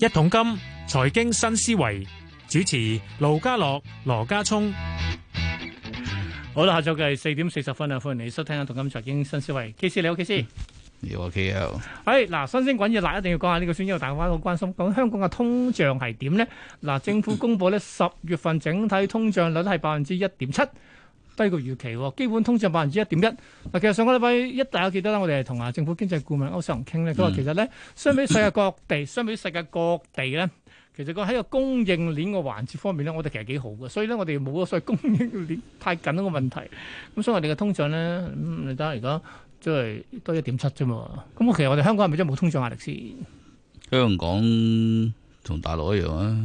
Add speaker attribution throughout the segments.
Speaker 1: 一桶金財經新思維主持盧家樂、羅家聰。
Speaker 2: 好啦，下晝嘅係四點四十分啊，歡迎你收聽《同金財經新思維》。K C 你好，K C。
Speaker 3: 要 OK 啊！
Speaker 2: 係哎嗱，新鮮滾熱辣，一定要講下呢個先，因為大家好關心。講香港嘅通脹係點咧？嗱，政府公布咧十月份整體通脹率係百分之一點七，低過預期喎。基本通脹百分之一點一。嗱，其實上個禮拜一大家記得啦，我哋係同啊政府經濟顧問歐世雄傾咧，佢話其實咧，相比世界各地， 相比世界各地咧。其實個喺個供應鏈個環節方面咧，我哋其實幾好嘅，所以咧我哋冇個所謂供應鏈太緊嗰個問題。咁所以我哋嘅通脹咧，嗯，你睇下而家即係都一點七啫嘛。咁我其實我哋香港係咪真係冇通脹壓力先？
Speaker 3: 香港同大陸一樣啊，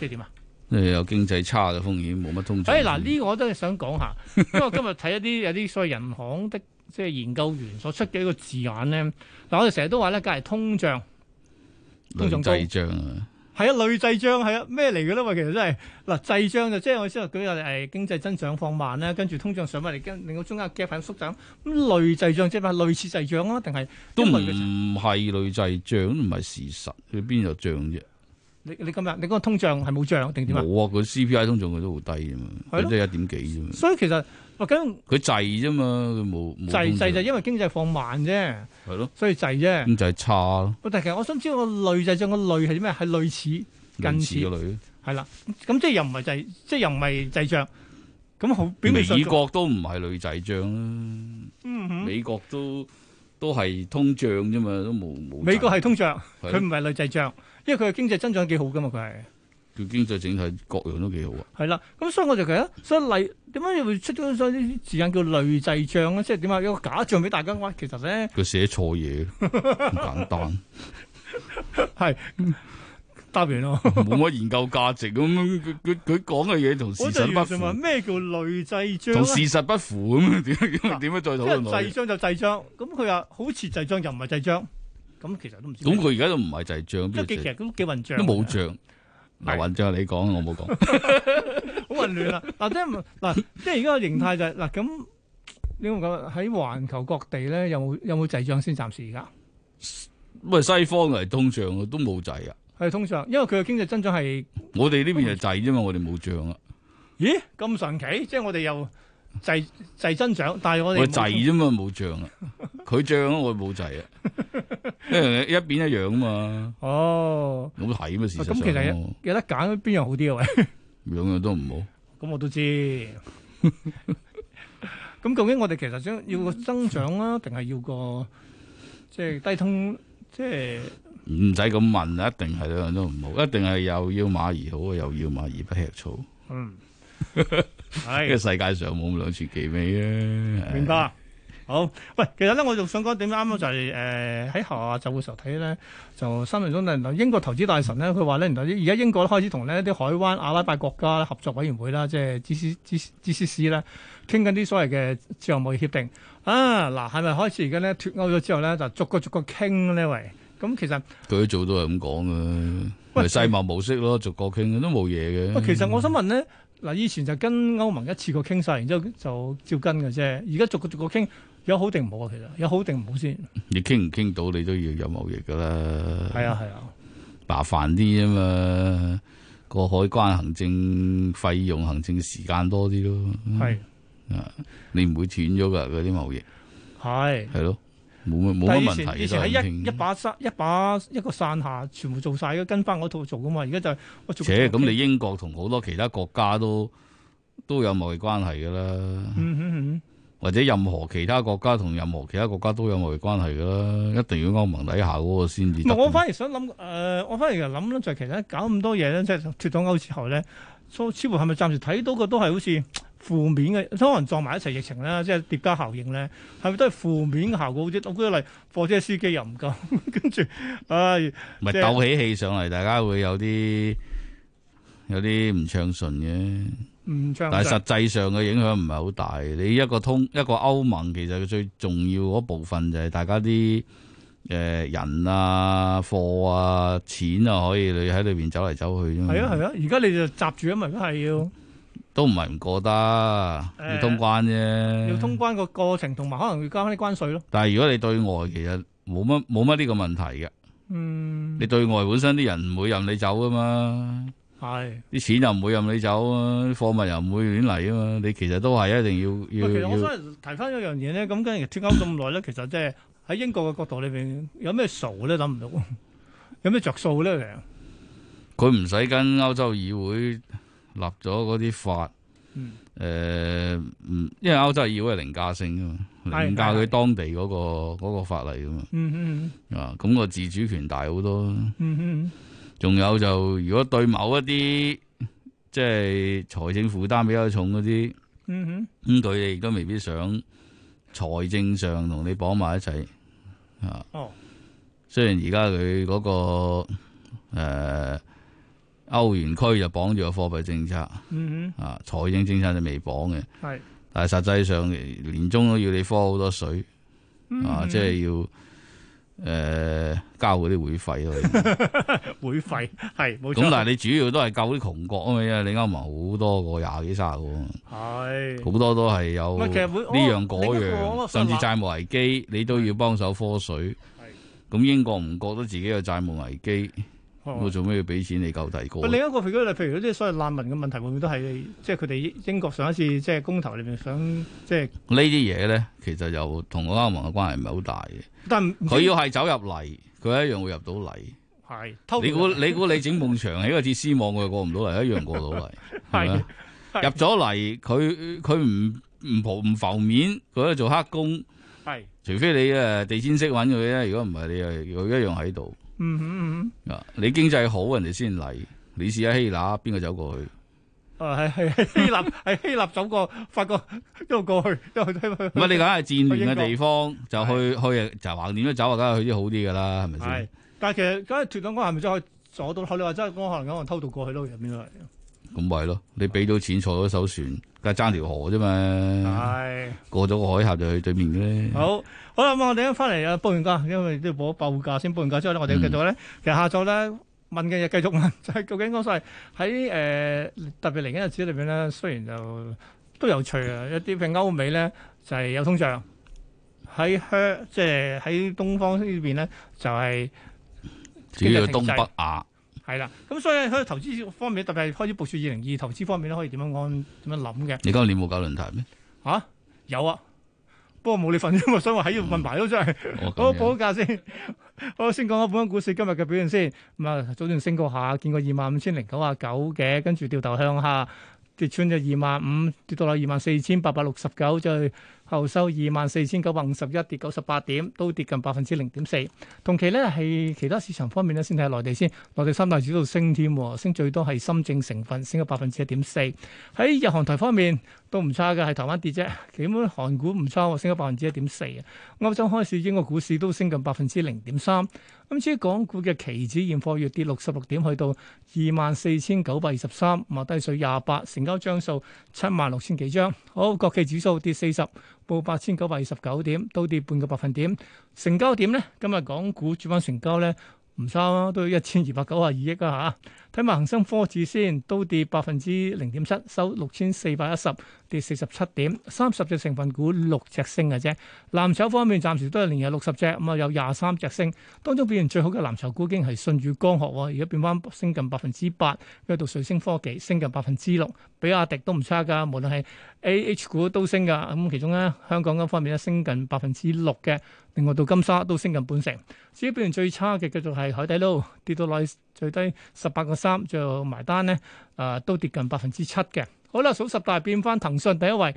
Speaker 2: 即係點啊？
Speaker 3: 你有經濟差嘅風險，冇乜通
Speaker 2: 誒
Speaker 3: 脹。
Speaker 2: 嗱，呢個我都係想講下， 因為我今日睇一啲有啲所謂人行的即係研究員所出嘅一個字眼咧。嗱，我哋成日都話咧，梗係通脹通脹
Speaker 3: 兩
Speaker 2: 高
Speaker 3: 滯脹啊，
Speaker 2: 係啊，累滯脹係啊，咩嚟嘅咧？喂，其實真係嗱，滯脹就即係我先話舉個例，誒經濟增長放慢啦，跟住通脹上翻嚟，跟令到中間嘅 gap 係縮窄。咁累滯脹即係咪類似滯脹啊？定係
Speaker 3: 都
Speaker 2: 因
Speaker 3: 唔
Speaker 2: 為佢
Speaker 3: 係累滯脹，都唔係事實。佢邊有脹啫？
Speaker 2: 你你今日你嗰個通脹係冇脹定點
Speaker 3: 冇
Speaker 2: 啊？
Speaker 3: 啊！佢 CPI 通脹佢都好低啫嘛，
Speaker 2: 係
Speaker 3: 佢
Speaker 2: 咯
Speaker 3: 都係一點幾啫嘛。
Speaker 2: 所以其實喂咁
Speaker 3: 佢滯啫嘛，佢冇冇
Speaker 2: 滯滯就
Speaker 3: 係
Speaker 2: 因為經濟放慢啫，
Speaker 3: 咯，
Speaker 2: 所以滯啫。
Speaker 3: 經濟差咯，
Speaker 2: 喂但係其實我想知道個累滯脹個累係啲咩？係類似近
Speaker 3: 近
Speaker 2: 似
Speaker 3: 似嘅類。
Speaker 2: 係啦，咁即係又唔係滯，即係又唔係滯脹。咁好表面上
Speaker 3: 美
Speaker 2: 仲
Speaker 3: 國都唔係累滯脹啦，
Speaker 2: 嗯哼
Speaker 3: 美國都都係通脹啫嘛，都冇冇滯。
Speaker 2: 美國係通脹，
Speaker 3: 係
Speaker 2: 佢唔係累滯脹，因為佢嘅經濟增長幾好噶嘛，佢係。
Speaker 3: 佢經濟整體各樣都幾好啊。
Speaker 2: 係啦，咁所以我就覺得，所以例點解會出咗所以啲字眼叫累滯脹咧？即係點啊？有個假象俾大家話，其實咧
Speaker 3: 佢寫錯嘢，咁簡單，
Speaker 2: 係答完咯。
Speaker 3: 冇乜研究價值咁樣。佢佢佢講嘅嘢同事
Speaker 2: 我就
Speaker 3: 實不
Speaker 2: 完全話
Speaker 3: 符，
Speaker 2: 咩叫累滯脹
Speaker 3: 同
Speaker 2: 咧？
Speaker 3: 事實不符咁樣 點樣點樣再
Speaker 2: 即
Speaker 3: 討
Speaker 2: 係
Speaker 3: 論落
Speaker 2: 滯
Speaker 3: 去？
Speaker 2: 脹就滯脹，咁佢話好似滯脹又唔係滯脹，咁其實都唔知。
Speaker 3: 咁佢而家都唔係就係漲，
Speaker 2: 即
Speaker 3: 邊
Speaker 2: 係
Speaker 3: 度
Speaker 2: 其
Speaker 3: 漲
Speaker 2: 實都幾混帳，
Speaker 3: 都冇漲。
Speaker 2: 係
Speaker 3: 嗱，混帳你講，我冇講。
Speaker 2: 好混亂啦。啊嗱，即係嗱，即係而家個形態就係嗱咁，你會唔會講喺環球各地咧有冇有冇滯脹先？暫時而家。
Speaker 3: 喂，啊西方嚟通脹都冇滯啊，
Speaker 2: 係通常，因為佢嘅經濟增長係，
Speaker 3: 我哋呢邊就滯啫嘛，我哋冇漲啊，
Speaker 2: 咦咁神奇，即係我哋又滯滯增長，但 係我
Speaker 3: 我
Speaker 2: 哋
Speaker 3: 哋滯啫嘛，冇 漲啊。佢漲啊，我哋冇滯啊，因為一邊一樣啊嘛，
Speaker 2: 哦，
Speaker 3: 咁睇嘛事實
Speaker 2: 咁其實
Speaker 3: 上，
Speaker 2: 有得揀邊樣好啲啊？喂，
Speaker 3: 兩樣都唔好。
Speaker 2: 咁我都知。咁究竟我哋其實想要個增長啊，定係要個即係低通，即係
Speaker 3: 唔使咁問啦，一定係兩樣都唔好，一定係又要馬兒好，又要馬兒不吃草。
Speaker 2: 嗯，
Speaker 3: 呢
Speaker 2: 係
Speaker 3: 個世界上冇咁兩全其美嘅。
Speaker 2: 明白。好，喂，其實咧，我仲想講點啱啱就係誒喺下晝嘅時候睇咧，就新聞中原來英國投資大臣咧，佢話咧，原來而家英國開始同呢啲海灣阿拉伯國家合作委員會啦，即係 G C G G C C 咧，傾緊啲所謂嘅自由貿易協定啊，嗱，係咪開始而家咧脱歐咗之後咧，就逐個逐個傾呢？喂，咁其實
Speaker 3: 佢做都係咁講嘅，
Speaker 2: 喂
Speaker 3: 咪世貿模式咯，逐個傾都冇嘢
Speaker 2: 喂，
Speaker 3: 嘅。
Speaker 2: 其實我想問咧，嗱，以前就跟歐盟一次過傾晒，然之後就照跟嘅啫，而家逐個逐個傾，有好定唔好啊？其實有好定唔好先？
Speaker 3: 你傾唔傾到，你都要有貿易噶啦。
Speaker 2: 係啊，係啊。
Speaker 3: 麻煩啲啊嘛，個海關行政費用、行政時間多啲咯。
Speaker 2: 係
Speaker 3: 你唔會斷咗㗎嗰啲貿易，
Speaker 2: 係。
Speaker 3: 係咯，冇乜冇
Speaker 2: 但係
Speaker 3: 乜
Speaker 2: 以
Speaker 3: 問題
Speaker 2: 前
Speaker 3: 嘅
Speaker 2: 以
Speaker 3: 都
Speaker 2: 前
Speaker 3: 係咁
Speaker 2: 喺一
Speaker 3: 傾
Speaker 2: 一把山一把一個傘下，全部做晒嘅，跟翻嗰套做噶嘛。而家就係我做
Speaker 3: 且咁你英國同好多其他國家都都有貿易關係㗎啦，
Speaker 2: 嗯嗯嗯
Speaker 3: 或者任何其他國家同任何其他國家都有貿易關係㗎啦，一定要歐盟底下嗰個先至
Speaker 2: 唔
Speaker 3: 得
Speaker 2: 係我
Speaker 3: 㗎嘛。
Speaker 2: 反而想諗誒、呃我反而就諗咧，就係其實搞咁多嘢咧，即係脱咗歐之後咧，所似乎係咪暫時睇到嘅都係好似負面嘅，可能撞埋一齊疫情啦，即係疊加效應咧，係咪都係負面嘅效果好啲？我舉個例，貨車司機又唔夠， 跟住唉。
Speaker 3: 咪
Speaker 2: 即係
Speaker 3: 鬥起氣上嚟，大家會有啲有啲唔暢順嘅，
Speaker 2: 唔暢
Speaker 3: 但係
Speaker 2: 順
Speaker 3: 實際上嘅影響唔係好大。你一個通一個歐盟，其實佢最重要嗰部分就係大家啲誒、呃人啊、貨啊、錢啊，可以你喺裏邊走嚟走去啫嘛。
Speaker 2: 係啊係啊，而家你就閘住啊嘛，而家係要。
Speaker 3: 都唔係唔過得，
Speaker 2: 誒
Speaker 3: 要通關啫。
Speaker 2: 要通關個過程，同埋可能要交翻啲關税咯。
Speaker 3: 但係如果你對外其實冇乜冇乜呢個問題嘅，
Speaker 2: 嗯，
Speaker 3: 你對外本身啲人唔會任你走噶嘛，
Speaker 2: 係。
Speaker 3: 啲錢又唔會任你走啊，啲貨物又唔會亂嚟啊嘛，你其實都係一定要
Speaker 2: 喂，其實
Speaker 3: 要
Speaker 2: 我
Speaker 3: 要
Speaker 2: 想提翻一樣嘢咧，咁跟住脱歐咁耐咧，其實即係喺英國嘅角度裏邊，有咩傻咧諗唔到，有咩着數咧？ 其實
Speaker 3: 佢唔使跟歐洲議會立咗嗰啲法，誒、
Speaker 2: 嗯
Speaker 3: 嗯，因為歐洲議會係凌駕性噶嘛，
Speaker 2: 係
Speaker 3: 凌駕
Speaker 2: 係
Speaker 3: 佢
Speaker 2: 係
Speaker 3: 當地嗰、個嗰個法例噶嘛，
Speaker 2: 嗯嗯
Speaker 3: 啊，咁、個自主權大好多啦。
Speaker 2: 嗯嗯
Speaker 3: 仲有就如果對某一啲即係財政負擔比較重嗰啲，
Speaker 2: 嗯
Speaker 3: 咁佢哋亦都未必想財政上同你綁埋一齊啊。
Speaker 2: 哦
Speaker 3: 雖然而家佢嗰個誒歐元區就綁住個貨幣政策
Speaker 2: 嗯嗯
Speaker 3: 啊，財政政策就未綁嘅，
Speaker 2: 嗯，係
Speaker 3: 但係實際上年中都要你科好多水
Speaker 2: 嗯
Speaker 3: 啊，即係要誒、呃交嗰啲會費咯。
Speaker 2: 會費 係冇錯。
Speaker 3: 咁但係你主要都係救啲窮國啊嘛，因為你歐盟好多個廿幾卅個，
Speaker 2: 係
Speaker 3: 好多都係有
Speaker 2: 唔係其實會
Speaker 3: 呢樣嗰
Speaker 2: 哦另一個我
Speaker 3: 樣，甚至債務危機，你都要幫手科水。咁英國唔覺得自己有債務危機，
Speaker 2: 哦
Speaker 3: 我做咩要俾錢你救第個
Speaker 2: 喂？另一個譬如譬如嗰啲所謂難民嘅問題，會唔會都係即係佢哋英國上一次即係公投裏面想即係，
Speaker 3: 呢啲嘢呢，其實又同歐盟嘅關係唔係好大嘅。
Speaker 2: 但係唔
Speaker 3: 佢要係走入嚟，佢一樣會入到嚟。
Speaker 2: 係偷
Speaker 3: 你估你估你整埲牆喺個鐵絲網，佢過唔到嚟，一樣過到嚟，係咪 啊
Speaker 2: 係？
Speaker 3: 入咗嚟，佢佢唔唔浮唔浮面，佢喺度做黑工。
Speaker 2: 係
Speaker 3: 除非你誒地氈式揾佢咧，如果唔係你又佢一樣喺度
Speaker 2: 嗯嗯嗯
Speaker 3: 啊！你經濟好，人哋先嚟。你試下希臘，邊個走過去？
Speaker 2: 嗯，啊係係希臘 係希臘走過法國 一路過去一路去
Speaker 3: 唔係你梗係戰亂嘅地方，就
Speaker 2: 英
Speaker 3: 去
Speaker 2: 國
Speaker 3: 去就橫掂都走啊，梗係去啲好啲㗎啦，係咪
Speaker 2: 係
Speaker 3: 先？，
Speaker 2: 但係其實梗係脱黨嗰下咪真係可以阻到口，你話真係我可能可能偷渡過去咯，入面都係。
Speaker 3: 咁咪咯，你俾到錢坐咗艘船，梗係爭條河啫嘛，
Speaker 2: 係
Speaker 3: 過咗個海峽就去對面嘅咧。
Speaker 2: 啊好好啦，咁我哋一翻嚟啊，報完價，因為都要報報價先，報完價之後咧，我哋要繼續咧，其實下晝咧。問嘅嘢繼續問，就係究竟嗰所謂喺誒特別嚟緊日子裏邊咧，雖然就都有趣啊，一啲譬如歐美咧就係、有通脹，喺香即係喺東方呢邊咧就係、
Speaker 3: 主要東北啊亞
Speaker 2: 係啦，咁所以喺投資方面，特別係開始部署二零二投資方面咧，可以點樣安點樣諗嘅
Speaker 3: 你今年冇搞論壇咩？
Speaker 2: 吓？有啊，不過冇你份啫嘛，所以我喺度問埋咯，真係。
Speaker 3: 我
Speaker 2: 好，
Speaker 3: 哦咁
Speaker 2: 報
Speaker 3: 樣
Speaker 2: 咗價先。 好，先講下本港股市今日嘅表現先。咁啊，早段升過下，見過二萬五千零九啊九嘅，跟住掉頭向下跌穿咗二萬五，跌到落二萬四千八百六十九，最後收二萬四千九百五十一，跌九十八點，都跌近百分之零點四。同期咧係其他市場方面咧，先睇下內地先。內地三大指數升添喎，升最多係深證成分升咗百分之一點四。喺日韓台方面都唔差嘅，係台灣跌啫，基本韓股唔差喎，升咗百分之一點四啊。歐洲開市，英國股市都升近百分之零點三。咁至於港股嘅期指現貨，月跌六十六點，去到二萬四千九百二十三，咁啊低水廿八，成交張數七萬六千幾張。好，國企指數跌四十，報八千九百二十九點，都跌半個百分點。成交點呢，今日港股主板成交呢，唔差啊，都一千二百九十二億啊嚇。睇埋恒生科指先，都跌百分之零點七，收六千四百一十，跌四十七點，三十隻成分股六隻升嘅啫。藍籌方面，暫時都係連日六十隻，咁啊有廿三隻升，當中表現最好嘅藍籌股竟係舜宇光學喎，而家變翻升近百分之八，跟住到瑞聲科技升近百分之六，比亞迪都唔差㗎，無論係 A H 股都升㗎，咁其中咧香港嗰方面咧升近百分之六嘅，另外到金沙都升近半成。至於表現最差嘅繼續係海底撈，跌到內最低十八個三，最後埋單咧，誒、都跌近百分之七嘅。好啦，數十大變翻騰訊第一位。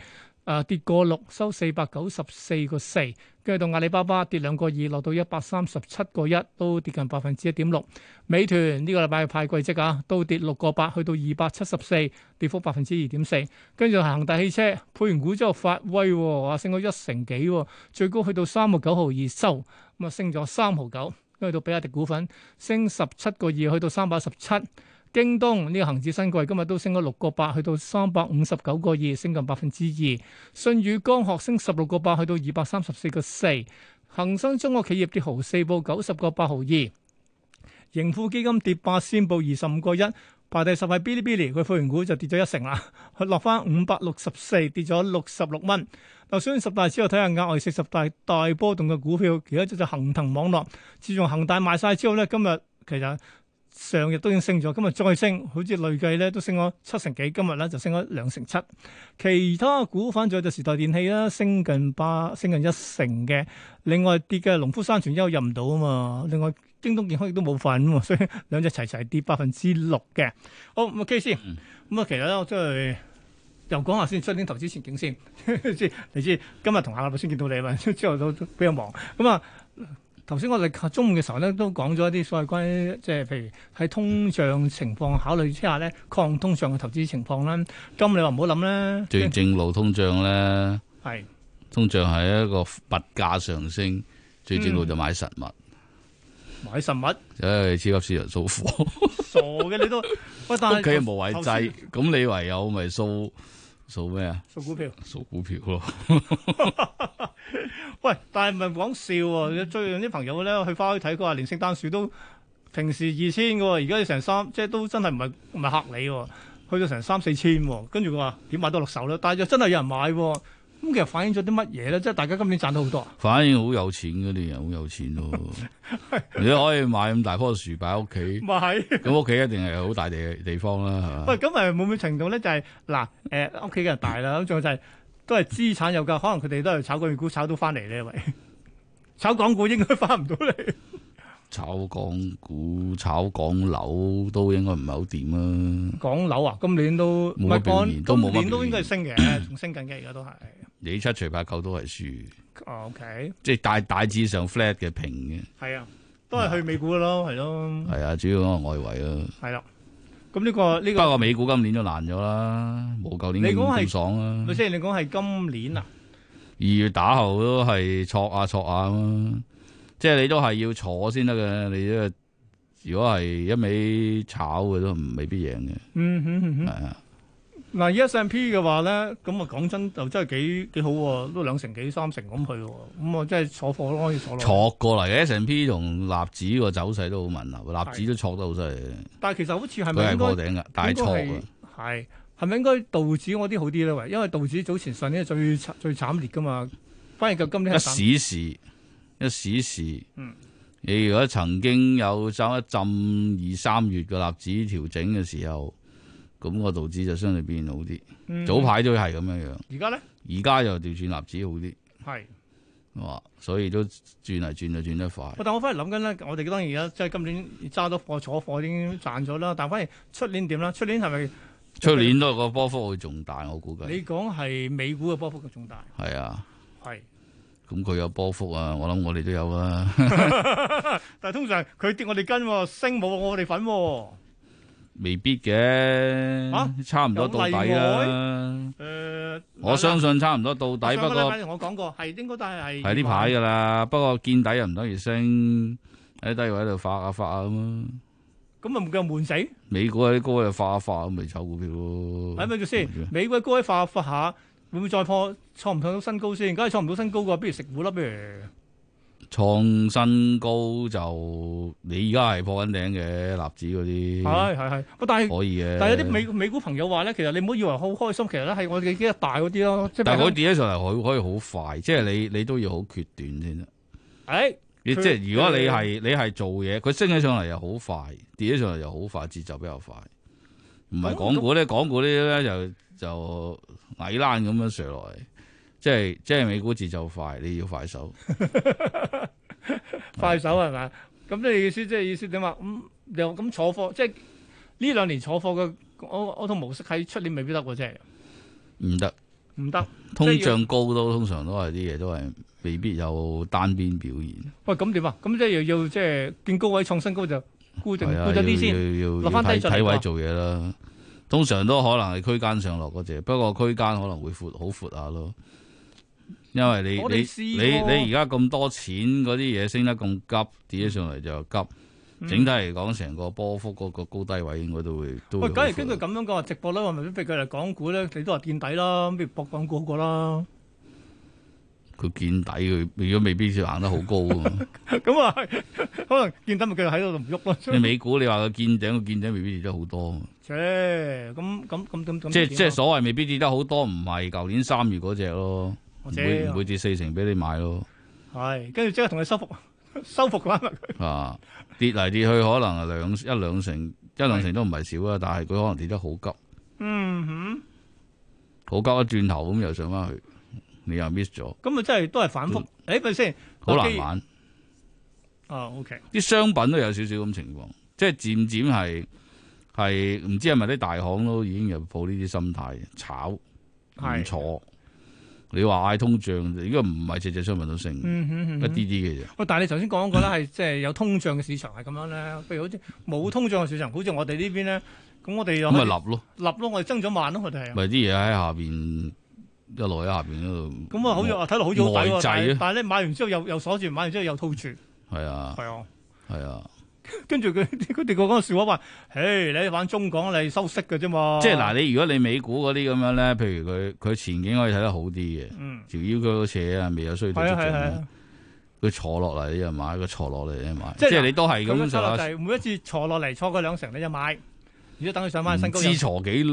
Speaker 2: 誒、跌過六，收四百九十四個四，跟住到阿里巴巴跌兩個二，落到一百三十七個一，都跌近百分之一點六。美團呢個禮拜派季績啊，都跌六個八，去到二百七十四，跌幅百分之二點四。跟住係恒大汽車配完股之後發威喎、啊，升咗一成幾、喎，最高去到三個九毫二收，咁啊升咗三毫九。跟住到比亞迪股份升十七個二，去到三百一十七。京東呢個恒指新貴今日都升咗六個八，去到三百五十九個二，升近百分之二。信宇光學升十六個八，去到二百三十四個四。恒生中國企業跌毫四，報九十個八毫二。盈富基金跌八仙，報二十五個一。排第十係 Bilibili，佢配完股就跌咗一成啦，佢落翻五百六十四，跌咗六十六蚊。嗱，雖然十大之後睇下額外四十大大波動嘅股票，其中一隻就恒騰網絡，自從恒大賣晒之後咧，今日其實上日都已經升咗，今日再升，好似累計咧都升咗七成幾，今日咧就升咗兩成七。其他股反仲有就時代電器啦，升近八，升近一成嘅。另外跌嘅農夫山泉優入唔到啊嘛，另外京東健康亦都冇份啊 喎，所以兩隻齊齊跌百分之六嘅。好咁啊，K 先，
Speaker 3: 嗯
Speaker 2: 咁啊，其實咧我真係。又講下先，出年投資前景先。 即係你知今日同下個禮拜先見到你嘛， 之後都都比較忙。咁啊，頭先我哋中午嘅時候咧都講咗一啲所謂關於即係譬如喺通脹情況考慮之下咧，抗通脹嘅投資情況啦。金你話唔好諗啦，
Speaker 3: 最正路通脹咧，
Speaker 2: 係
Speaker 3: 通脹係一個物價上升，最正路
Speaker 2: 嗯
Speaker 3: 就買實物，
Speaker 2: 買實物
Speaker 3: 走去超級市場掃貨，
Speaker 2: 傻嘅你都喂，但係
Speaker 3: 屋企又無位
Speaker 2: 頭
Speaker 3: 制，
Speaker 2: 先
Speaker 3: 咁你唯有咪掃掃咩啊？
Speaker 2: 做股票。
Speaker 3: 掃股票咯，
Speaker 2: 喂，但係唔係講笑喎、最近啲朋友咧去花墟睇，佢話連聖誕樹都平時二千嘅喎，而家要成三，即係都真係唔係唔係嚇你喎，去到成三四千喎。跟住佢話點買都落手啦，但係又真係有人買喎。咁其實反映咗啲乜嘢咧？即係大家今年賺到好多啊！
Speaker 3: 反正好有錢嗰啲人好有 錢咯，你都可以買咁大棵樹擺喺屋 企，
Speaker 2: 咪係，
Speaker 3: 咁屋企一定係好大地地方啦，係
Speaker 2: 喂，
Speaker 3: 嘛？
Speaker 2: 咁咪冇冇程度咧？就係、嗱，誒屋企嘅人大啦，咁仲有就係、都係資產有價，可能佢哋都係炒港股炒到翻嚟咧，喂，炒港股應該翻唔到嚟。
Speaker 3: 炒港股、炒港樓都應該唔係好掂啊！
Speaker 2: 港樓啊，今年都
Speaker 3: 冇乜表現都冇乜
Speaker 2: 今年都
Speaker 3: 表現
Speaker 2: 應該係升嘅， 仲升緊嘅，而家都係。
Speaker 3: 你七除八扣都係輸，
Speaker 2: 哦 OK，
Speaker 3: 即係大大致上 flat 嘅平嘅，
Speaker 2: 係啊，都係去美股咯，係咯，
Speaker 3: 係啊，主要講外圍啦。
Speaker 2: 係啦。咁呢個呢
Speaker 3: 不
Speaker 2: 個，
Speaker 3: 過美股今年就難咗啦，冇舊
Speaker 2: 你
Speaker 3: 年
Speaker 2: 講係
Speaker 3: 咁爽啊
Speaker 2: 咪
Speaker 3: 啦。
Speaker 2: 先？你講係今年啊？
Speaker 3: 二月打後都係挫下挫下咁，即係你都係要坐先得嘅。你呢個如果係一味炒嘅都唔未必贏嘅，
Speaker 2: 嗯哼嗯
Speaker 3: 係
Speaker 2: 哼。
Speaker 3: 啊。
Speaker 2: 嗱，而家 S&P 嘅話咧，咁啊講真就真係幾幾好喎，都兩成幾三成咁去喎。咁我真係坐貨咯，可以坐落。
Speaker 3: 挫過嚟嘅 S&P 同納指個走勢都好吻合，納指都挫得好犀利嘅，
Speaker 2: 但係其實好似係咪
Speaker 3: 佢
Speaker 2: 應
Speaker 3: 係
Speaker 2: 該
Speaker 3: 破頂㗎，大啊挫
Speaker 2: 應
Speaker 3: 㗎。
Speaker 2: 該係係係咪應該道指嗰啲好啲咧？喂，因為道指早前上年係最慘最慘烈噶嘛，反而就今年
Speaker 3: 一
Speaker 2: 係慘
Speaker 3: 時時，一時時。
Speaker 2: 嗯
Speaker 3: 你如果曾經有走一浸二三月嘅納指調整嘅時候，咁個道指就相對變好啲。
Speaker 2: 嗯
Speaker 3: 早排都係咁樣
Speaker 2: 而家咧
Speaker 3: 樣，而家又調轉納指好啲，
Speaker 2: 係。
Speaker 3: 哇！所以都轉嚟轉去轉得快。
Speaker 2: 喂但我翻嚟諗緊咧，我哋當然而家即係今年揸到貨坐貨已經賺咗啦，但反而出年點啦？出年係咪
Speaker 3: 出年都個波幅會仲大，我估計。
Speaker 2: 你講係美股嘅波幅嘅重大？
Speaker 3: 係啊，
Speaker 2: 係，
Speaker 3: 咁佢有波幅啊，我諗我哋都有啊啦。
Speaker 2: 但係通常佢跌我哋跟喎，升冇我哋份喎。
Speaker 3: 未必嘅，
Speaker 2: 啊
Speaker 3: 差唔多到
Speaker 2: 有
Speaker 3: 底
Speaker 2: 例
Speaker 3: 啦。
Speaker 2: 誒
Speaker 3: 我相信差唔多到底，
Speaker 2: 上
Speaker 3: 不
Speaker 2: 個禮
Speaker 3: 過
Speaker 2: 拜我講過係應該都係
Speaker 3: 係呢排噶啦。不過見底又唔等於升，喺低位度發下發下咁咯。
Speaker 2: 咁啊咪唔夠悶死
Speaker 3: 美股喺啲高位度發下發下咁，咪炒股票咯。
Speaker 2: 係咪住
Speaker 3: 係
Speaker 2: 先？
Speaker 3: 咪
Speaker 2: 美股高位化化下，會唔會再破創唔創到新高先？梗係創唔到新高嘅話，不如食糊啦，不如
Speaker 3: 創新高就你而家係破緊頂嘅，納指嗰啲
Speaker 2: 係係係。喂但係
Speaker 3: 可以嘅。
Speaker 2: 但係有啲美美股朋友話咧，其實你唔好以為好開心，其實咧係我哋幾日大嗰啲咯，即係
Speaker 3: 但係
Speaker 2: 譬如
Speaker 3: 佢跌起上嚟，佢可以好快，即係你你都要好決斷先得。
Speaker 2: 誒
Speaker 3: 你即
Speaker 2: 佢
Speaker 3: 係如果你係你係做嘢，佢升起上嚟又好快，跌起上嚟又好快，節奏比較快。唔係
Speaker 2: 哦咁
Speaker 3: 港股咧，港股呢啲咧就就矮欄咁樣上落嚟，即係即係美股節奏快，你要快手。
Speaker 2: 快手係咪？咁你意思即係意思點啊？咁又咁坐貨，即係呢兩年坐貨嘅我我套模式喺出年未必得喎，即係
Speaker 3: 唔得，
Speaker 2: 唔得。
Speaker 3: 通
Speaker 2: 即係要
Speaker 3: 脹高都通常都係啲嘢都係未必有單邊表現。
Speaker 2: 喂，咁點啊？咁即係又要即係見高位創新高就沽定
Speaker 3: 係
Speaker 2: 沽
Speaker 3: 啊，
Speaker 2: 咗
Speaker 3: 要
Speaker 2: 啲先。
Speaker 3: 要要
Speaker 2: 落返低
Speaker 3: 睇
Speaker 2: 再嚟
Speaker 3: 睇位
Speaker 2: 講
Speaker 3: 做嘢啦。通常都可能係區間上落嗰只，不過區間可能會闊好闊下咯。因為你
Speaker 2: 我哋
Speaker 3: 你
Speaker 2: 試
Speaker 3: 你
Speaker 2: 過
Speaker 3: 你而家咁多錢嗰啲嘢升得咁急，跌起上嚟就急。
Speaker 2: 嗯
Speaker 3: 整體嚟講，成個波幅嗰個高低位應該都會都
Speaker 2: 喂，
Speaker 3: 會
Speaker 2: 梗係
Speaker 3: 好
Speaker 2: 根據
Speaker 3: 闊。
Speaker 2: 咁樣講，直播咧，話咪都俾佢嚟港股咧，你都話見底啦，不如博港股好 過啦。
Speaker 3: 佢見底，佢如果未必要行得好高 啊嘛。
Speaker 2: 咁啊，係可能見底咪繼續喺度唔喐咯。
Speaker 3: 你美股你話佢見頂，佢見頂未必跌得好多啊嘛。
Speaker 2: 切，咁咁咁咁咁
Speaker 3: 即
Speaker 2: 點
Speaker 3: 係
Speaker 2: 啊
Speaker 3: 即係所謂未必跌得好多，唔係舊年三月嗰只咯，
Speaker 2: 我
Speaker 3: 唔
Speaker 2: 知
Speaker 3: 會唔會跌四成俾你買咯。
Speaker 2: 係，跟住即刻同佢收復， 收復翻啦。
Speaker 3: 啊，跌嚟跌去可能係兩一兩成，一兩成都唔係少啊，但係佢可能跌得好急，
Speaker 2: 嗯
Speaker 3: 好急一轉頭咁又上翻去，你又 miss 咗，
Speaker 2: 哼，咁啊真係都係反覆。
Speaker 3: 嗯
Speaker 2: 誒咪先，
Speaker 3: 好
Speaker 2: 嗱
Speaker 3: 難
Speaker 2: 既
Speaker 3: 玩。
Speaker 2: 哦，OK，
Speaker 3: 啲商品都有少少咁情況，即係漸漸係係唔知係咪啲大行都已經有抱呢啲心態炒唔
Speaker 2: 係
Speaker 3: 錯。你話嗌通脹，應該唔係隻隻商品都升，
Speaker 2: 嗯哼嗯
Speaker 3: 一啲
Speaker 2: 哼。
Speaker 3: 啲嘅啫。
Speaker 2: 喂，但係你頭先講嗰啦，係即係有通脹嘅市場係咁樣咧，譬如好似冇通脹嘅市場，好似我哋呢邊咧，咁我哋又
Speaker 3: 咁咪立咯，
Speaker 2: 立咯，我哋增長慢咯，我哋係。啊
Speaker 3: 咪啲嘢喺下邊一路喺下邊嗰度。
Speaker 2: 咁啊，好似話睇落好似好抵
Speaker 3: 外
Speaker 2: 喎，
Speaker 3: 滯
Speaker 2: 但係
Speaker 3: 啊
Speaker 2: 但係咧買完之後又又鎖住，買完之後又套住，
Speaker 3: 係啊，
Speaker 2: 係啊。
Speaker 3: 係啊，
Speaker 2: 跟住佢 佢哋個嗰個笑話話：，唉，你玩中港你收息嘅啫嘛。
Speaker 3: 即係嗱，，你如果你美股嗰啲咁樣咧，譬如佢佢前景可以睇得好啲嘅，
Speaker 2: 嗯，
Speaker 3: 條腰嗰斜啊，未有衰退
Speaker 2: 係啊
Speaker 3: 跡
Speaker 2: 係啊係
Speaker 3: 象
Speaker 2: 啊，
Speaker 3: 佢坐落嚟你就買，佢坐落嚟你就買，
Speaker 2: 即
Speaker 3: 即
Speaker 2: 係嗱
Speaker 3: 係你都係
Speaker 2: 佢嘅策
Speaker 3: 咁上
Speaker 2: 略
Speaker 3: 下
Speaker 2: 就係每一次坐落嚟坐佢兩成你就買，如果等佢上翻新
Speaker 3: 唔
Speaker 2: 高
Speaker 3: 知
Speaker 2: 又
Speaker 3: 坐幾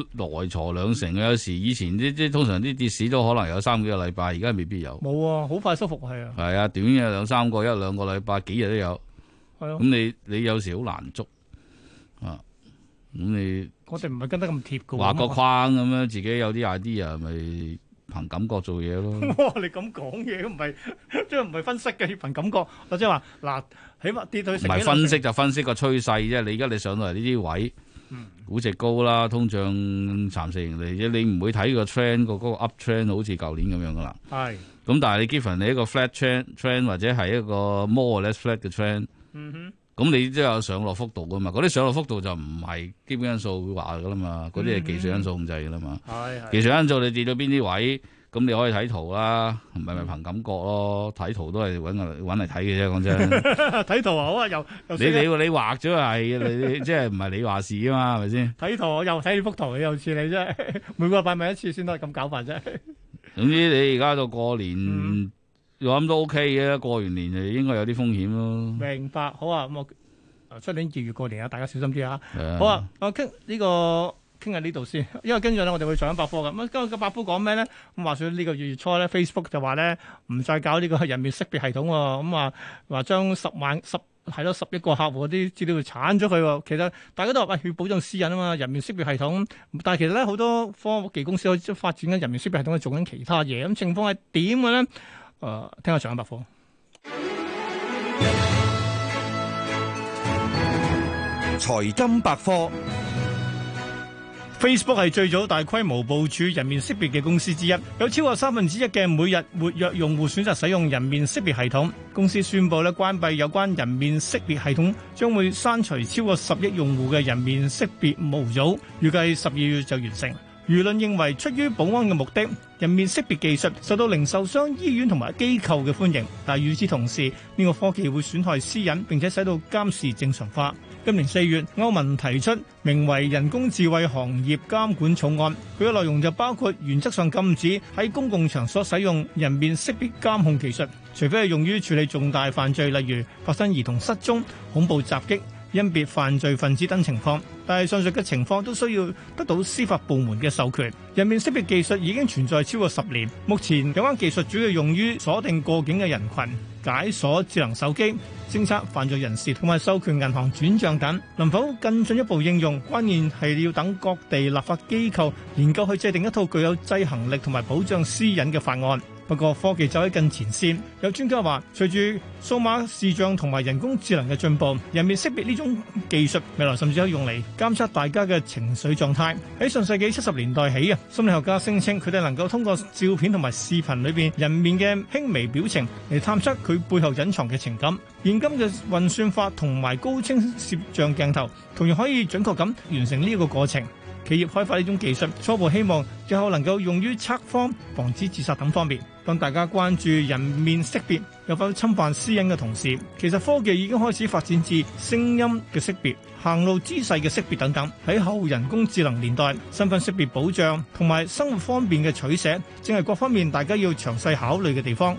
Speaker 3: 耐，坐兩成嘅有時以前啲啲通常啲跌市都可能有三幾個禮拜，而家未必有。
Speaker 2: 冇啊，好快收復係啊，
Speaker 3: 係啊，短嘅兩三個，一兩個禮拜，幾日都有。
Speaker 2: 係啊，
Speaker 3: 咁你你有時好難捉啊。咁
Speaker 2: 我哋唔係跟得咁貼嘅喎。
Speaker 3: 你畫個框咁樣，自己有啲 idea 咪憑感覺做嘢咯。
Speaker 2: 哇！你咁講嘢都唔係，即係唔係分析嘅，憑感覺。我即係話嗱，起碼跌到
Speaker 3: 唔
Speaker 2: 去成
Speaker 3: 係
Speaker 2: 幾兩
Speaker 3: 分析
Speaker 2: 成
Speaker 3: 就分析個趨勢啫。你而家你上到嚟呢啲位，
Speaker 2: 嗯
Speaker 3: 估值高啦，通脹蠶食盈利啫，你唔會睇個 trend 個嗰個 up trend 好似舊年咁樣噶啦。
Speaker 2: 係，
Speaker 3: 咁但係你 given 你一個 flat trend trend 或者係一個 more or less flat 嘅 trend，
Speaker 2: 嗯
Speaker 3: 咁你都有上落幅度噶嘛？嗰啲上落幅度就唔係基本因素話噶啦嘛，嗰啲係技術因素控制噶啦嘛。
Speaker 2: 哼，係係
Speaker 3: 技術因素你跌到邊啲位，咁你可以睇圖啦，唔係咪憑感覺咯？睇圖都係揾嚟揾嚟睇嘅啫，講真。
Speaker 2: 睇圖啊，好啊，又又
Speaker 3: 你
Speaker 2: 識
Speaker 3: 你
Speaker 2: 啊
Speaker 3: 你畫咗係 你你即係唔係你話事啊嘛？係咪先？
Speaker 2: 睇圖又睇你幅圖，又似你啫。 每個禮拜咪一次先得，咁搞法啫。
Speaker 3: 總之你而家到過年，
Speaker 2: 嗯
Speaker 3: 我諗都 OK 嘅。過完年就應該有啲風險咯。
Speaker 2: 明白，好啊。咁我出年二月過年啊，大家小心啲啊。
Speaker 3: 係啊
Speaker 2: 好啊，我傾呢個傾下呢度先， 因為跟住咧我哋會上緊百科嘅。咁今日嘅百科講咩咧？咁話說呢個月初咧，Facebook 就話咧唔再搞呢個人面識別系統喎，咁話話將十萬十。係咯，十億個客戶嗰啲資料鏟咗佢喎。其實大家都話喂，要保障私隱啊嘛，人面識別系統。但係其實咧，好多科技公司開始發展緊人面識別系統，做緊其他嘢。咁情況係點嘅咧？誒、聽下上緊百科。
Speaker 4: 財金百科。
Speaker 2: Facebook 係最早大規模部署人面識別嘅公司之一，有超過三分之一嘅每日活躍用戶選擇使用人面識別系統。公司宣布咧關閉有關人面識別系統，將會刪除超過十億用戶嘅人面識別模組，預計十二月就完成。輿論認為，出於保安嘅目的，人面識別技術受到零售商、醫院同埋機構嘅歡迎。但與此同時，呢個科技會損害私隱，並且使到監視正常化。今年四月，歐盟提出名為《人工智慧行業監管草案》，佢嘅內容就包括原則上禁止喺公共場所使用人面識別監控技術，除非係用於處理重大犯罪，例如發生兒童失蹤、恐怖襲擊、甄別犯罪分子等情況。但係上述嘅情況都需要得到司法部門嘅授權。人面識別技術已經存在超過十年，目前有關技術主要用於鎖定過境嘅人群、解鎖智能手機、偵測犯罪人士同埋授權銀行轉帳等。能否更進一步應用，關鍵係要等各地立法機構研究去制定一套具有制衡力同埋保障私隱嘅法案。不過科技走喺近前線，有專家話，隨住數碼視像同埋人工智能嘅進步，人面識別呢種技術未來甚至可以用嚟監測大家嘅情緒狀態。喺上世紀七十年代起啊，心理學家聲稱佢哋能夠通過照片同埋視頻裏邊人面嘅輕微表情嚟探測佢背後隱藏嘅情感。現今嘅運算法同埋高清攝像鏡頭，同樣可以準確咁完成呢一個過程。企業開發呢種技術，初步希望日後能夠用於測謊、防止自殺等方面。當大家關注人面識別有否侵犯私隱嘅同時，其實科技已經開始發展至聲音嘅識別、行路姿勢嘅識別等等。喺後人工智能年代，身份識別保障同埋生活方便嘅取捨，正係各方面大家要詳細考慮嘅地方。